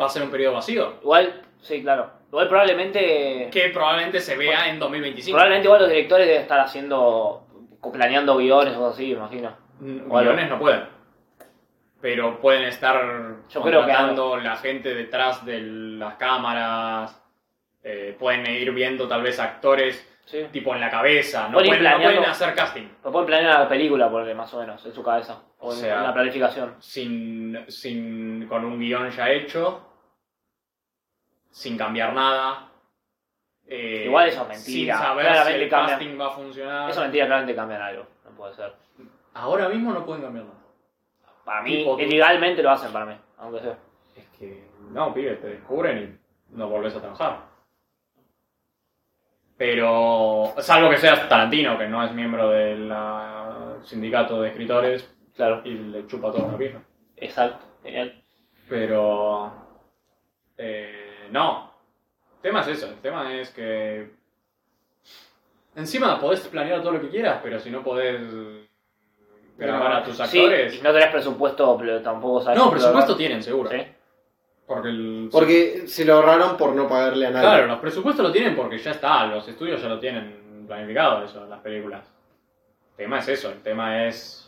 Speaker 2: va a ser un periodo vacío.
Speaker 1: Igual, sí, claro. Igual probablemente.
Speaker 2: Que probablemente se vea en 2025.
Speaker 1: Probablemente igual los directores deben estar haciendo. planeando guiones o así, me imagino.
Speaker 2: Mm, Guiones no pueden. Pero pueden estar
Speaker 1: Yo creo que
Speaker 2: contratando la gente detrás de las cámaras. eh, pueden ir viendo tal vez actores
Speaker 1: Sí.
Speaker 2: tipo en la cabeza. No
Speaker 1: Pueden ir
Speaker 2: pueden, no
Speaker 1: planeando.
Speaker 2: pueden hacer casting.
Speaker 1: Lo pueden planear la película, porque más o menos, en su cabeza. O,
Speaker 2: O
Speaker 1: en
Speaker 2: sea-
Speaker 1: una planificación.
Speaker 2: Sin, sin, con un guión ya hecho. Sin cambiar nada. eh,
Speaker 1: Igual eso es mentira,
Speaker 2: Sin saber
Speaker 1: claramente
Speaker 2: si el
Speaker 1: cambian.
Speaker 2: casting va a funcionar.
Speaker 1: Eso mentira, claramente cambian algo. No puede ser.
Speaker 2: Ahora mismo no pueden cambiar nada.
Speaker 1: Para mí,
Speaker 2: Tipo-
Speaker 1: ilegalmente lo hacen para mí, aunque sea.
Speaker 2: Es que, no, pibe, te descubren y no volvés a trabajar. Pero, salvo que seas Tarantino, que no es miembro del ah, sindicato de escritores
Speaker 1: Claro.
Speaker 2: y le chupa todo una pija.
Speaker 1: Exacto. Genial.
Speaker 2: Pero, eh, no. El tema es eso, el tema es que... Encima podés planear todo lo que quieras, pero si no podés grabar a tus
Speaker 1: Sí,
Speaker 2: actores...
Speaker 1: y no tenés presupuesto, pero tampoco sabes.
Speaker 2: no,
Speaker 1: cómo
Speaker 2: presupuesto
Speaker 1: lo-
Speaker 2: tienen, seguro.
Speaker 1: Sí.
Speaker 2: Porque el...
Speaker 3: Porque se lo ahorraron por no pagarle a nadie.
Speaker 2: Claro, los presupuestos lo tienen porque ya está, los estudios ya lo tienen planificado eso, las películas. El tema es eso, el tema es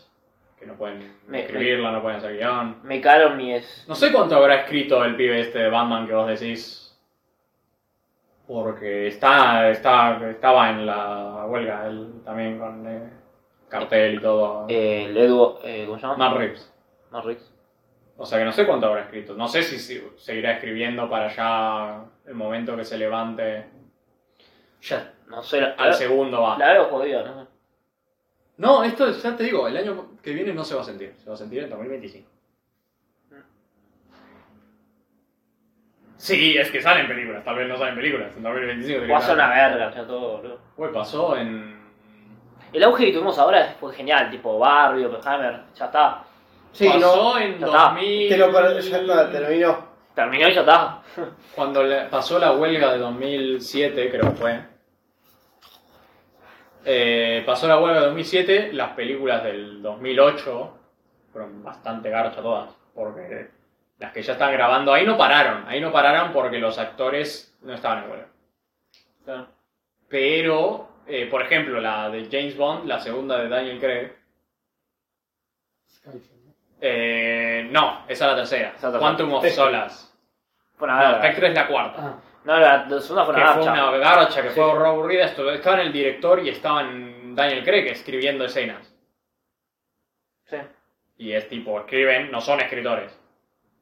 Speaker 2: que no pueden
Speaker 1: Me-
Speaker 2: escribirla, no pueden hacer guión.
Speaker 1: Me caro ni es.
Speaker 2: No sé cuánto habrá escrito el pibe este de Batman que vos decís. Porque está, está, estaba en la huelga él también con eh, cartel y todo.
Speaker 1: Eh, el Edu. Eh, ¿Cómo se llama?
Speaker 2: Matt Reeves.
Speaker 1: Matt Reeves.
Speaker 2: O sea que no sé cuánto habrá escrito. No sé si si- seguirá escribiendo para ya el momento que se levante. Ya
Speaker 1: No sé. La,
Speaker 2: al
Speaker 1: la-
Speaker 2: segundo va.
Speaker 1: la veo jodida, ¿no?
Speaker 2: No, esto ya te digo, el año que viene no se va a sentir, se va a sentir en 2025. Sí, es que salen películas, tal vez no salen películas, en 2025
Speaker 1: Va a ser una
Speaker 2: directamente.
Speaker 1: verga, o sea, todo, boludo.
Speaker 2: Uy, pasó en...
Speaker 1: El auge que tuvimos ahora fue genial, tipo Barbie, Oppenheimer, ya está.
Speaker 3: Sí, no.
Speaker 2: pasó en
Speaker 1: ya está.
Speaker 2: 2000...
Speaker 3: Te lo per- ya está, terminó.
Speaker 1: Terminó y ya está.
Speaker 2: Cuando le- pasó la huelga de 2007, creo que fue. Eh, pasó la huelga de 2007, las películas del 2008 fueron bastante garcha todas, porque las que ya están grabando ahí no pararon, ahí no pararon porque los actores no estaban en huelga.
Speaker 1: Ah.
Speaker 2: Pero, eh, por ejemplo, la de James Bond, la segunda de Daniel Craig. eh, no, esa es la tercera.
Speaker 1: Esa es la Ah.
Speaker 2: Quantum of
Speaker 3: tercera.
Speaker 2: Solace.
Speaker 1: Fue una
Speaker 2: No,
Speaker 1: verga.
Speaker 2: Spectre es la cuarta.
Speaker 1: No, la la segunda fue
Speaker 2: que
Speaker 1: una
Speaker 2: fue
Speaker 1: garcha.
Speaker 2: una garcha, que fue horror aburrida. esto- Estaban el director y estaban Daniel Craig escribiendo escenas.
Speaker 1: Sí.
Speaker 2: Y es tipo, escriben, no son escritores.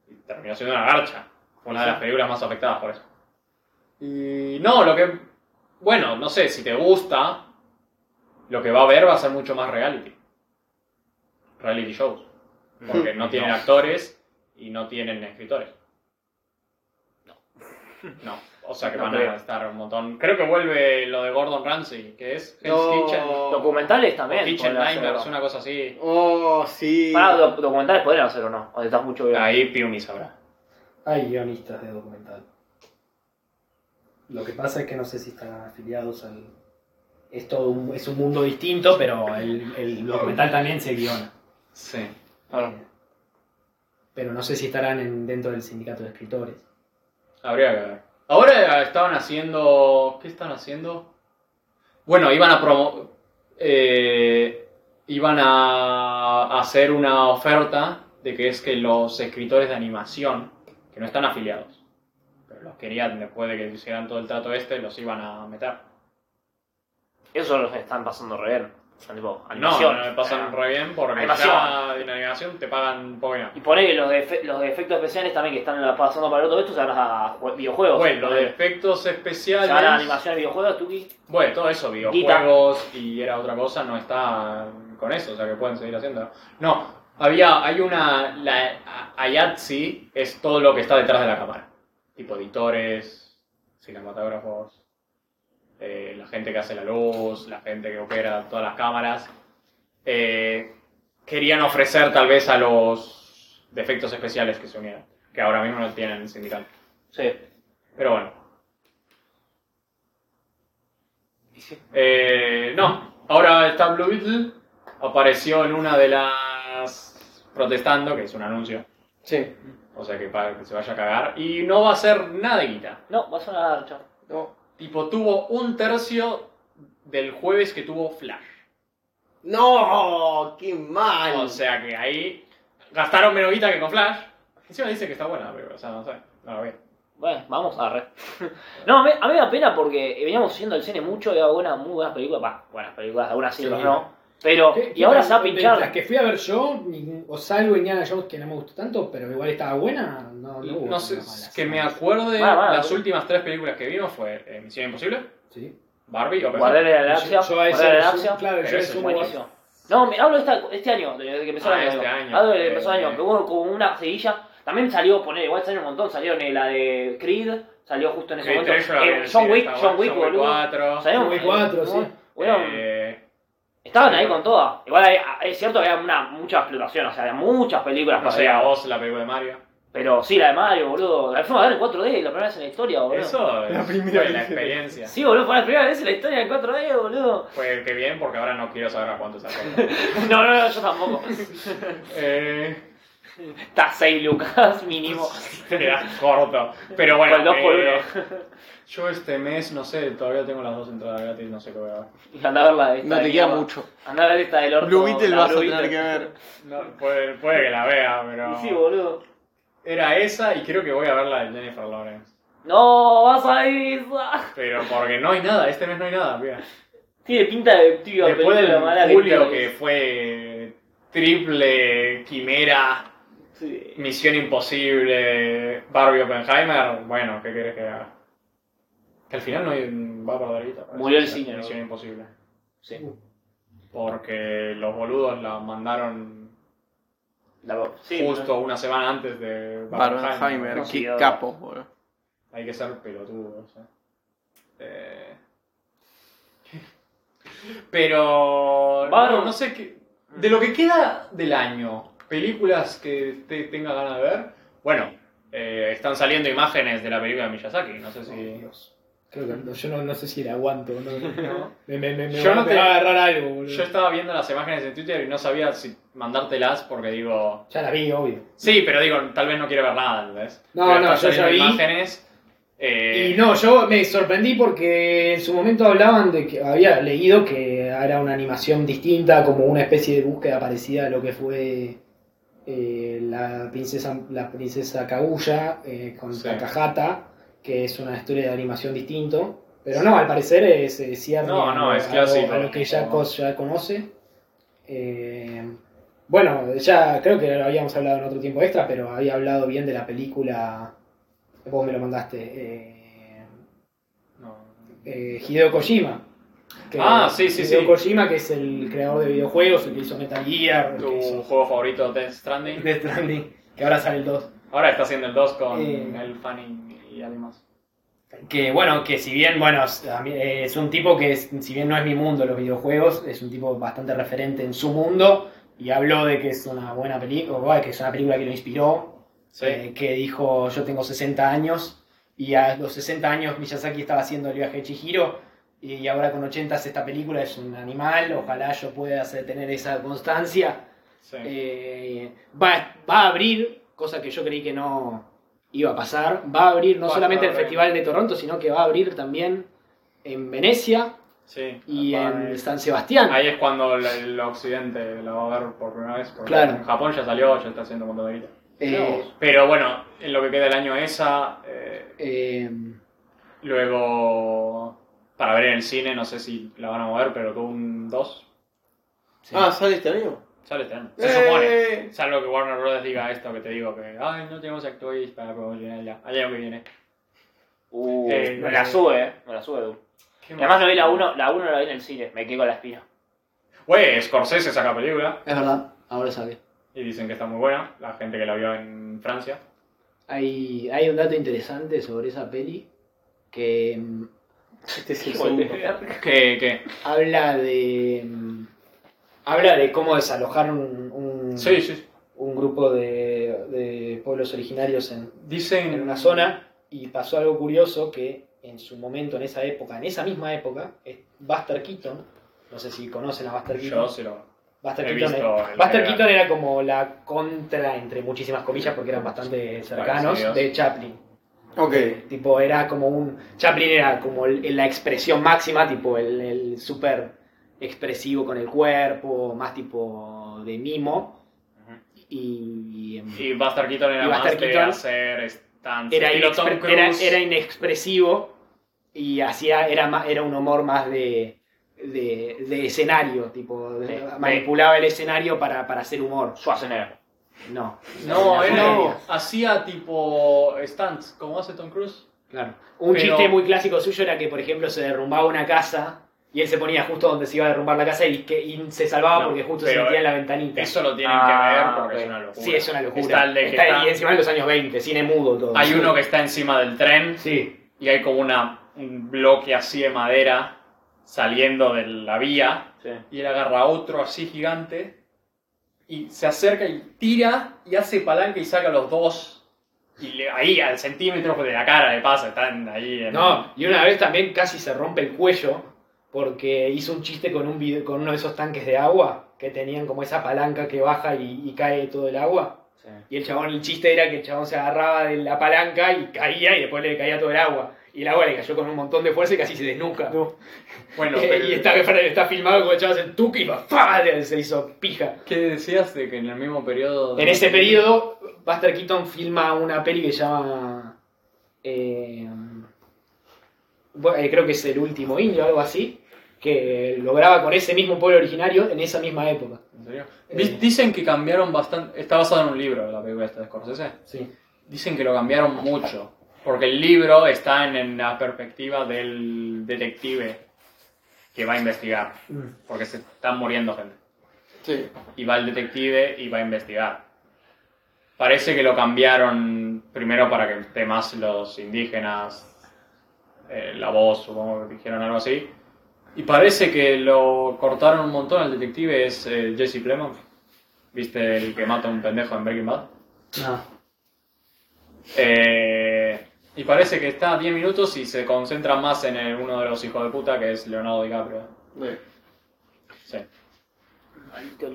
Speaker 2: Y terminó siendo una garcha. Fue una de
Speaker 1: Sí.
Speaker 2: las películas más afectadas por eso. Y no, lo que. Bueno, no sé, si te gusta, lo que va a ver va a ser mucho más reality. Reality shows.
Speaker 1: Mm.
Speaker 2: Porque
Speaker 1: (laughs)
Speaker 2: no tienen actores y no tienen escritores.
Speaker 1: (laughs)
Speaker 2: No. No. O sea que
Speaker 1: No
Speaker 2: van
Speaker 1: creo.
Speaker 2: a estar un montón. Creo que vuelve lo de Gordon Ramsay, que es Hell's Kitchen. o
Speaker 3: No.
Speaker 1: Documentales también.
Speaker 2: Kitchen
Speaker 1: podrían hacer,
Speaker 2: Nightmares,
Speaker 1: ¿no?
Speaker 2: una cosa así.
Speaker 3: Oh, sí.
Speaker 1: Para doc- documentales podrían hacer o no. O estás mucho bien.
Speaker 2: Ahí Piumi sabrá.
Speaker 4: Hay guionistas de documental. Lo que pasa es que no sé si están afiliados al. Es, todo un, es un mundo distinto, pero el, el documental también se guiona.
Speaker 2: Sí.
Speaker 4: Pero no sé si estarán en- dentro del sindicato de escritores.
Speaker 2: Habría que ver. Ahora estaban haciendo. ¿Qué están haciendo? Bueno, iban a promo. eh, iban a hacer una oferta de que es que los escritores de animación, que no están afiliados, pero los querían después de que hicieran todo el trato este, los iban a meter.
Speaker 1: Eso los están pasando re bien. Son tipo
Speaker 2: No,
Speaker 1: animación.
Speaker 2: no me pasan
Speaker 1: Ah.
Speaker 2: re bien porque
Speaker 1: Animación.
Speaker 2: ya en animación te pagan poco y nada.
Speaker 1: Y poné que los de, efe- los de efectos especiales también que están pasando para el otro esto se van a jue- videojuegos.
Speaker 2: Bueno, lo de
Speaker 1: Ponele.
Speaker 2: efectos
Speaker 1: se van a
Speaker 2: especiales.
Speaker 1: animaciones videojuegos, Tuki.
Speaker 2: Bueno, todo eso, videojuegos y era otra cosa, no está con eso, o sea que pueden seguir haciéndolo. No, había, hay una, la a- IATSE es todo lo que está detrás de la cámara. Tipo editores, cinematógrafos, eh, la gente que hace la luz, la gente que opera todas las cámaras. Eh, querían ofrecer tal vez a los defectos especiales que se unieran, que ahora mismo no tienen sindical.
Speaker 1: Sí.
Speaker 2: Pero bueno. Eh, no, ahora está Blue Beetle. Apareció en una de las. protestando, que es un anuncio.
Speaker 3: Sí.
Speaker 2: O sea, que para que se vaya a cagar. Y no va a ser nada de guita.
Speaker 1: No, va a sonar chao.
Speaker 3: No.
Speaker 2: Tipo, tuvo un tercio del jueves que tuvo Flash.
Speaker 3: ¡No! ¡Qué mal!
Speaker 2: O sea que ahí gastaron menos guita que con Flash. Encima dice que está buena, pero, o sea, no sé. No la vi.
Speaker 1: Bueno, vamos a ver. (laughs) no, a mí, a mí me da pena porque eh, veníamos yendo al cine mucho y había buenas, muy buenas películas. Va, buenas películas, algunas sí,
Speaker 4: Sí.
Speaker 1: otras no. Pero,
Speaker 5: ¿Qué-
Speaker 1: y ahora se va a
Speaker 5: Las
Speaker 1: pinchar.
Speaker 5: que fui a ver yo, ni- o salvo Indiana Jones, que no me gustó tanto, pero igual estaba buena, no, no hubo
Speaker 2: No sé,
Speaker 5: tantas malas.
Speaker 2: que me acuerdo de
Speaker 1: Mala, mala,
Speaker 2: las
Speaker 1: boludo.
Speaker 2: últimas tres películas que vimos fue eh, Misión Imposible,
Speaker 5: Sí.
Speaker 2: Barbie y
Speaker 1: Guardianes de la
Speaker 5: Yo- yo
Speaker 1: Galaxia.
Speaker 5: a
Speaker 1: Guardianes
Speaker 5: ese
Speaker 1: de la
Speaker 5: le sumo-
Speaker 1: Galaxia.
Speaker 5: Claro,
Speaker 2: Pero
Speaker 5: yo le
Speaker 2: ese es
Speaker 5: sumo
Speaker 2: buenísimo.
Speaker 1: No, me hablo de esta, este año, desde que empezó
Speaker 2: Ah,
Speaker 1: el año.
Speaker 2: este
Speaker 1: digo.
Speaker 2: año.
Speaker 1: Hablo desde
Speaker 2: Eh,
Speaker 1: que empezó el año,
Speaker 2: eh.
Speaker 1: que hubo como una seguilla. También salió, poner, igual salieron un montón, salieron eh, la de Creed, salió justo en ese
Speaker 2: Creed
Speaker 1: momento.
Speaker 2: tres yo la vi en
Speaker 1: Eh,
Speaker 2: el
Speaker 1: John
Speaker 2: cine,
Speaker 1: Wick,
Speaker 2: está
Speaker 1: John
Speaker 2: bueno.
Speaker 1: Wick, boludo.
Speaker 2: 4.
Speaker 1: Salieron,
Speaker 5: John Wick cuatro,
Speaker 1: eh,
Speaker 5: sí.
Speaker 1: bueno,
Speaker 2: eh,
Speaker 1: Estaban ahí con todas. Igual hay- es cierto que había una, mucha explotación, o sea, había muchas películas
Speaker 2: no
Speaker 1: para
Speaker 2: sé,
Speaker 1: ver.
Speaker 2: a vos la película de Mario.
Speaker 1: Pero sí, la de Mario, boludo. La fuimos a ver en 4D, la primera vez en la historia, boludo.
Speaker 2: Eso es-
Speaker 3: La primera
Speaker 2: fue la
Speaker 3: vez.
Speaker 2: experiencia.
Speaker 1: Sí, boludo, fue la primera vez en la historia en 4D, boludo. (laughs)
Speaker 2: Fue que bien, porque ahora no quiero saber a cuánto sacó.
Speaker 1: No, no, no, yo tampoco. (laughs)
Speaker 2: eh,
Speaker 1: Está 6 lucas mínimo.
Speaker 2: (laughs) te das corto. Pero bueno.
Speaker 1: Con el 2 por
Speaker 2: eh,
Speaker 1: (laughs) 1.
Speaker 2: Yo este mes, no sé, todavía tengo las dos entradas gratis, no sé qué voy a ver.
Speaker 1: Y anda a ver la de esta.
Speaker 3: no te
Speaker 1: de
Speaker 3: queda
Speaker 1: mierda.
Speaker 3: mucho.
Speaker 1: Anda a ver esta del orto.
Speaker 3: Blue Beetle
Speaker 1: la
Speaker 3: vas a
Speaker 1: Blue
Speaker 3: tener
Speaker 1: Beetle.
Speaker 3: que ver.
Speaker 2: No, puede, puede que la vea, pero.
Speaker 1: Y Sí, boludo.
Speaker 2: Era esa y creo que voy a ver la de Jennifer Lawrence.
Speaker 1: No, vas a ir esa.
Speaker 2: Pero porque no hay nada, este mes no hay nada, mira.
Speaker 1: Tiene pinta de tío,
Speaker 2: Después
Speaker 1: película mala
Speaker 2: del julio
Speaker 1: tenés.
Speaker 2: que fue triple quimera,
Speaker 1: Sí.
Speaker 2: Misión Imposible, Barbie Oppenheimer, bueno, ¿qué querés que haga? Que al final no hay- va a perder guita. parece.
Speaker 1: Murió el cine,
Speaker 2: Misión
Speaker 1: ¿no?
Speaker 2: Imposible.
Speaker 1: Sí.
Speaker 2: Porque los boludos la mandaron
Speaker 1: La- sí,
Speaker 2: justo una semana antes de
Speaker 3: Barbenheimer,
Speaker 1: No, sí,
Speaker 3: qué
Speaker 1: ahora.
Speaker 3: capo, boludo.
Speaker 2: Hay que ser pelotudos. ¿eh? Eh, (laughs) Pero.
Speaker 1: Varo.
Speaker 2: No, no sé qué. De lo que queda del año, películas que te tenga ganas de ver. Bueno, eh, están saliendo imágenes de la película de Miyazaki. No sé
Speaker 5: Oh,
Speaker 2: si.
Speaker 5: Dios. Creo que no, yo no, no sé si la aguanto. No, no. Me, me, me, me
Speaker 2: Yo (laughs) no
Speaker 5: me
Speaker 2: te-
Speaker 5: va a agarrar algo, boludo.
Speaker 2: Yo estaba viendo las imágenes en Twitter y no sabía si mandártelas porque digo.
Speaker 5: Ya la vi, obvio.
Speaker 2: Sí, pero digo, tal vez no quiero ver nada, ¿entendés?
Speaker 5: No,
Speaker 2: Pero
Speaker 5: no,
Speaker 2: están
Speaker 5: yo ya
Speaker 2: saliendo
Speaker 5: vi.
Speaker 2: imágenes. eh,
Speaker 5: Y no, yo me sorprendí porque en su momento hablaban de que había leído que era una animación distinta, como una especie de búsqueda parecida a lo que fue eh, la princesa la princesa Kaguya eh, con
Speaker 2: Sí.
Speaker 5: Takahata, que es una historia de animación distinto. Pero no, al parecer eh, se cierra
Speaker 2: No, no,
Speaker 5: a,
Speaker 2: es
Speaker 5: a
Speaker 2: clásico.
Speaker 5: lo, a lo que ya, cos- ya conoce. Eh, bueno, ya creo que lo habíamos hablado en otro tiempo extra, pero había hablado bien de la película. Vos me lo mandaste. eh,
Speaker 2: no.
Speaker 5: eh, Hideo Kojima. que-
Speaker 2: Ah, sí, sí,
Speaker 5: Hideo
Speaker 2: sí.
Speaker 5: Kojima, que es el creador de videojuegos, el que hizo Metal Gear, el
Speaker 2: ¿Tu
Speaker 5: que hizo
Speaker 2: juego favorito, Death Stranding?
Speaker 5: Death Stranding, que ahora sale el 2.
Speaker 2: Ahora está haciendo el 2 con
Speaker 5: Eh.
Speaker 2: el Fanning y además.
Speaker 4: Que bueno, que si bien, bueno, es a mí- eh, es un tipo que, es- si bien no es mi mundo los videojuegos, es un tipo bastante referente en su mundo y habló de que es una buena película, que es una película que lo inspiró,
Speaker 2: Sí.
Speaker 4: eh, que dijo yo tengo 60 años y a los 60 años Miyazaki estaba haciendo el viaje de Chihiro y ahora con 80 hace esta película, es un animal, ojalá yo pueda hacer- tener esa constancia.
Speaker 2: sí.
Speaker 4: Eh, va, va a abrir, cosa que yo creí que no iba a pasar, va a abrir no
Speaker 2: Va-
Speaker 4: solamente
Speaker 2: va a
Speaker 4: el
Speaker 2: abrir.
Speaker 4: Festival de Toronto, sino que va a abrir también en Venecia
Speaker 2: sí. Ahí-
Speaker 4: y en San Sebastián.
Speaker 2: eh. Ahí es cuando el, el occidente la va a ver por primera vez. Porque
Speaker 4: Claro.
Speaker 2: En Japón ya salió, ya está haciendo un montón de guita.
Speaker 4: Eh,
Speaker 2: Pero bueno, en lo que queda del año esa. eh,
Speaker 4: eh,
Speaker 2: luego. Para ver en el cine, no sé si la van a mover, pero tuvo un 2.
Speaker 4: sí.
Speaker 3: Ah, ¿sale este año?
Speaker 2: Sale este año. Se supone.
Speaker 3: ¡Eh!
Speaker 2: Salvo que Warner Bros. diga esto que te digo, que ay, no tenemos activista para promocionar ya. Al año que viene.
Speaker 1: Uh,
Speaker 2: Eh,
Speaker 1: me la sube, eh. Me la sube, du. Y Además no vi la 1, la 1 la vi en el cine, me quedé con la espina.
Speaker 2: Güey, Scorsese saca película.
Speaker 4: Es verdad, ahora sabe.
Speaker 2: y dicen que está muy buena, la gente que la vio en Francia.
Speaker 4: Hay, hay un dato interesante sobre esa peli que mm,
Speaker 3: Este es
Speaker 2: (laughs)
Speaker 3: el
Speaker 1: Hijo de
Speaker 3: segundo.
Speaker 1: verga.
Speaker 2: Que, que,
Speaker 4: habla de mm, habla de cómo desalojar un, un-
Speaker 2: sí, sí,
Speaker 4: un grupo de, de pueblos originarios en,
Speaker 2: dicen...
Speaker 4: en una zona y pasó algo curioso que en su momento, en esa época, en esa misma época, es- Buster Keaton, no sé si conocen a Buster
Speaker 2: Yo
Speaker 4: Keaton,
Speaker 2: se lo...
Speaker 4: Buster
Speaker 2: He
Speaker 4: Keaton,
Speaker 2: visto
Speaker 4: era,
Speaker 2: el
Speaker 4: Buster
Speaker 2: general.
Speaker 4: Keaton era como la contra, entre muchísimas comillas, porque eran bastante cercanos,
Speaker 2: Parecidos.
Speaker 4: de Chaplin.
Speaker 3: Ok.
Speaker 4: Tipo, era como un. Chaplin era como el- la expresión máxima, tipo, el, el súper expresivo con el cuerpo, más tipo de mimo.
Speaker 2: Ujú.
Speaker 4: Y.
Speaker 2: Y Buster Keaton era
Speaker 4: Y Buster
Speaker 2: más de
Speaker 4: Keaton
Speaker 2: hacer stunts.
Speaker 4: era,
Speaker 2: estilo Tom
Speaker 4: inexpre- era,
Speaker 2: Cruise.
Speaker 4: era inexpresivo y hacía era ma- era un humor más de, de, de escenario, tipo de-
Speaker 1: Sí.
Speaker 4: manipulaba el escenario para, para hacer humor.
Speaker 1: Schwarzenegger.
Speaker 4: No.
Speaker 2: No,
Speaker 4: Era-
Speaker 2: era.
Speaker 4: no.
Speaker 2: Hacía tipo stunts, como hace Tom Cruise.
Speaker 4: Claro. Un
Speaker 2: Pero-
Speaker 4: chiste muy clásico suyo era que, por ejemplo, se derrumbaba una casa y él se ponía justo donde se iba a derrumbar la casa y, que, y se salvaba
Speaker 2: No,
Speaker 4: porque justo se
Speaker 2: pero
Speaker 4: metía en la ventanita.
Speaker 2: Eso lo tienen
Speaker 1: Ah,
Speaker 2: que ver porque
Speaker 1: ok.
Speaker 2: es una locura.
Speaker 4: sí, es una locura.
Speaker 2: Está el de que
Speaker 4: Está-
Speaker 2: está-
Speaker 4: Y encima en los años 20, cine mudo todo.
Speaker 2: Hay uno que está encima del tren
Speaker 4: Sí.
Speaker 2: y hay como una, un bloque así de madera saliendo de la vía
Speaker 1: Sí.
Speaker 2: y él agarra otro así gigante y se acerca y tira y hace palanca y saca los dos y le- ahí al centímetro pues, de la cara le pasa, están ahí en-
Speaker 4: No, y una vez también casi se rompe el cuello porque hizo un chiste con, un vide- con uno de esos tanques de agua que tenían como esa palanca que baja y, y cae todo el agua.
Speaker 1: sí.
Speaker 4: Y el chabón, el chiste era que el chabón se agarraba de la palanca y caía y después le caía todo el agua. Y el agua le cayó con un montón de fuerza y casi se desnuca.
Speaker 2: Bueno,
Speaker 4: Eh,
Speaker 2: pero-
Speaker 4: (laughs) y está, está filmado como el chabón hace el tuque y va, ¡fa! le- se hizo pija.
Speaker 2: ¿qué decías de que en el mismo periodo? de-
Speaker 4: En ese periodo, Buster Keaton filma una peli que se llama. eh, bu- eh, creo que es El último indio, algo así. Que lo graba con ese mismo pueblo originario en esa misma época.
Speaker 2: ¿En serio?
Speaker 4: Eh.
Speaker 2: Di- Dicen que cambiaron bastante. Está basado en un libro la película esta de Scorsese.
Speaker 4: Sí.
Speaker 2: Dicen que lo cambiaron mucho. Porque el libro está en, en la perspectiva del detective que va a investigar.
Speaker 4: Mm.
Speaker 2: Porque se están muriendo gente.
Speaker 3: Sí.
Speaker 2: Y va el detective y va a investigar. Parece que lo cambiaron primero para que esté más los indígenas, eh, la voz, supongo que dijeron algo así. Y parece que lo cortaron un montón. El detective es eh, Jesse Plemons. ¿Viste el que mata a un pendejo en Breaking Bad? Eh, y parece que está 10 minutos y se concentra más en el- uno de los hijos de puta que es Leonardo DiCaprio.
Speaker 3: Eh,
Speaker 2: Sí.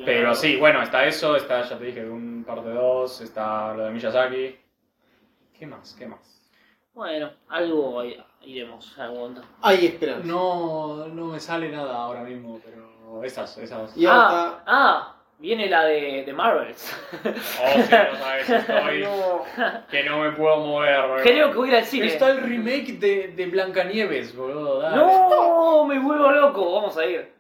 Speaker 2: Pero sí, bueno, está eso, está, ya te dije, un par de dos, está lo de Miyazaki. ¿Qué más? ¿Qué más?
Speaker 1: Bueno, algo i- iremos algún momento.
Speaker 3: Hay esperanza.
Speaker 2: No, no me sale nada ahora mismo, pero esas, esas.
Speaker 3: Y
Speaker 1: ah,
Speaker 3: ahora
Speaker 1: ah, viene la de, de Marvels.
Speaker 2: Oh, sí, no sabes,
Speaker 1: (laughs)
Speaker 2: estoy
Speaker 1: No.
Speaker 2: que (laughs) no me puedo mover.
Speaker 1: Creo que voy a ir al cine.
Speaker 2: Está el remake de, de Blancanieves, boludo. dale. (laughs)
Speaker 1: No, me vuelvo loco, vamos a ir.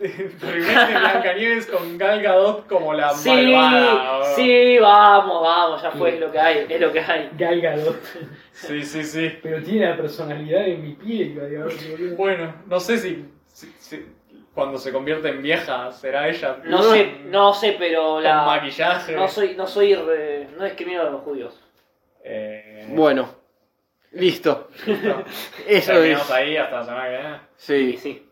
Speaker 2: Remake de Blancanieves con Gal Gadot como la
Speaker 1: Sí,
Speaker 2: malvada. ¿no?
Speaker 1: sí, vamos, vamos, ya fue, es lo que hay, es lo que hay.
Speaker 4: Galgado.
Speaker 2: sí, sí, sí.
Speaker 4: Pero tiene la personalidad de mi piel, Galgado.
Speaker 2: Bueno, no sé si, si- si- cuando se convierte en vieja será ella.
Speaker 1: No sé, no sé, pero
Speaker 2: Con
Speaker 1: la
Speaker 2: maquillaje.
Speaker 1: no soy no soy re- no discrimino a los judíos.
Speaker 2: Eh, (laughs)
Speaker 3: está. Bueno. Listo.
Speaker 2: listo.
Speaker 3: Eso es.
Speaker 2: Terminamos ahí hasta la semana que viene.
Speaker 1: Y
Speaker 3: Sí.
Speaker 1: sí.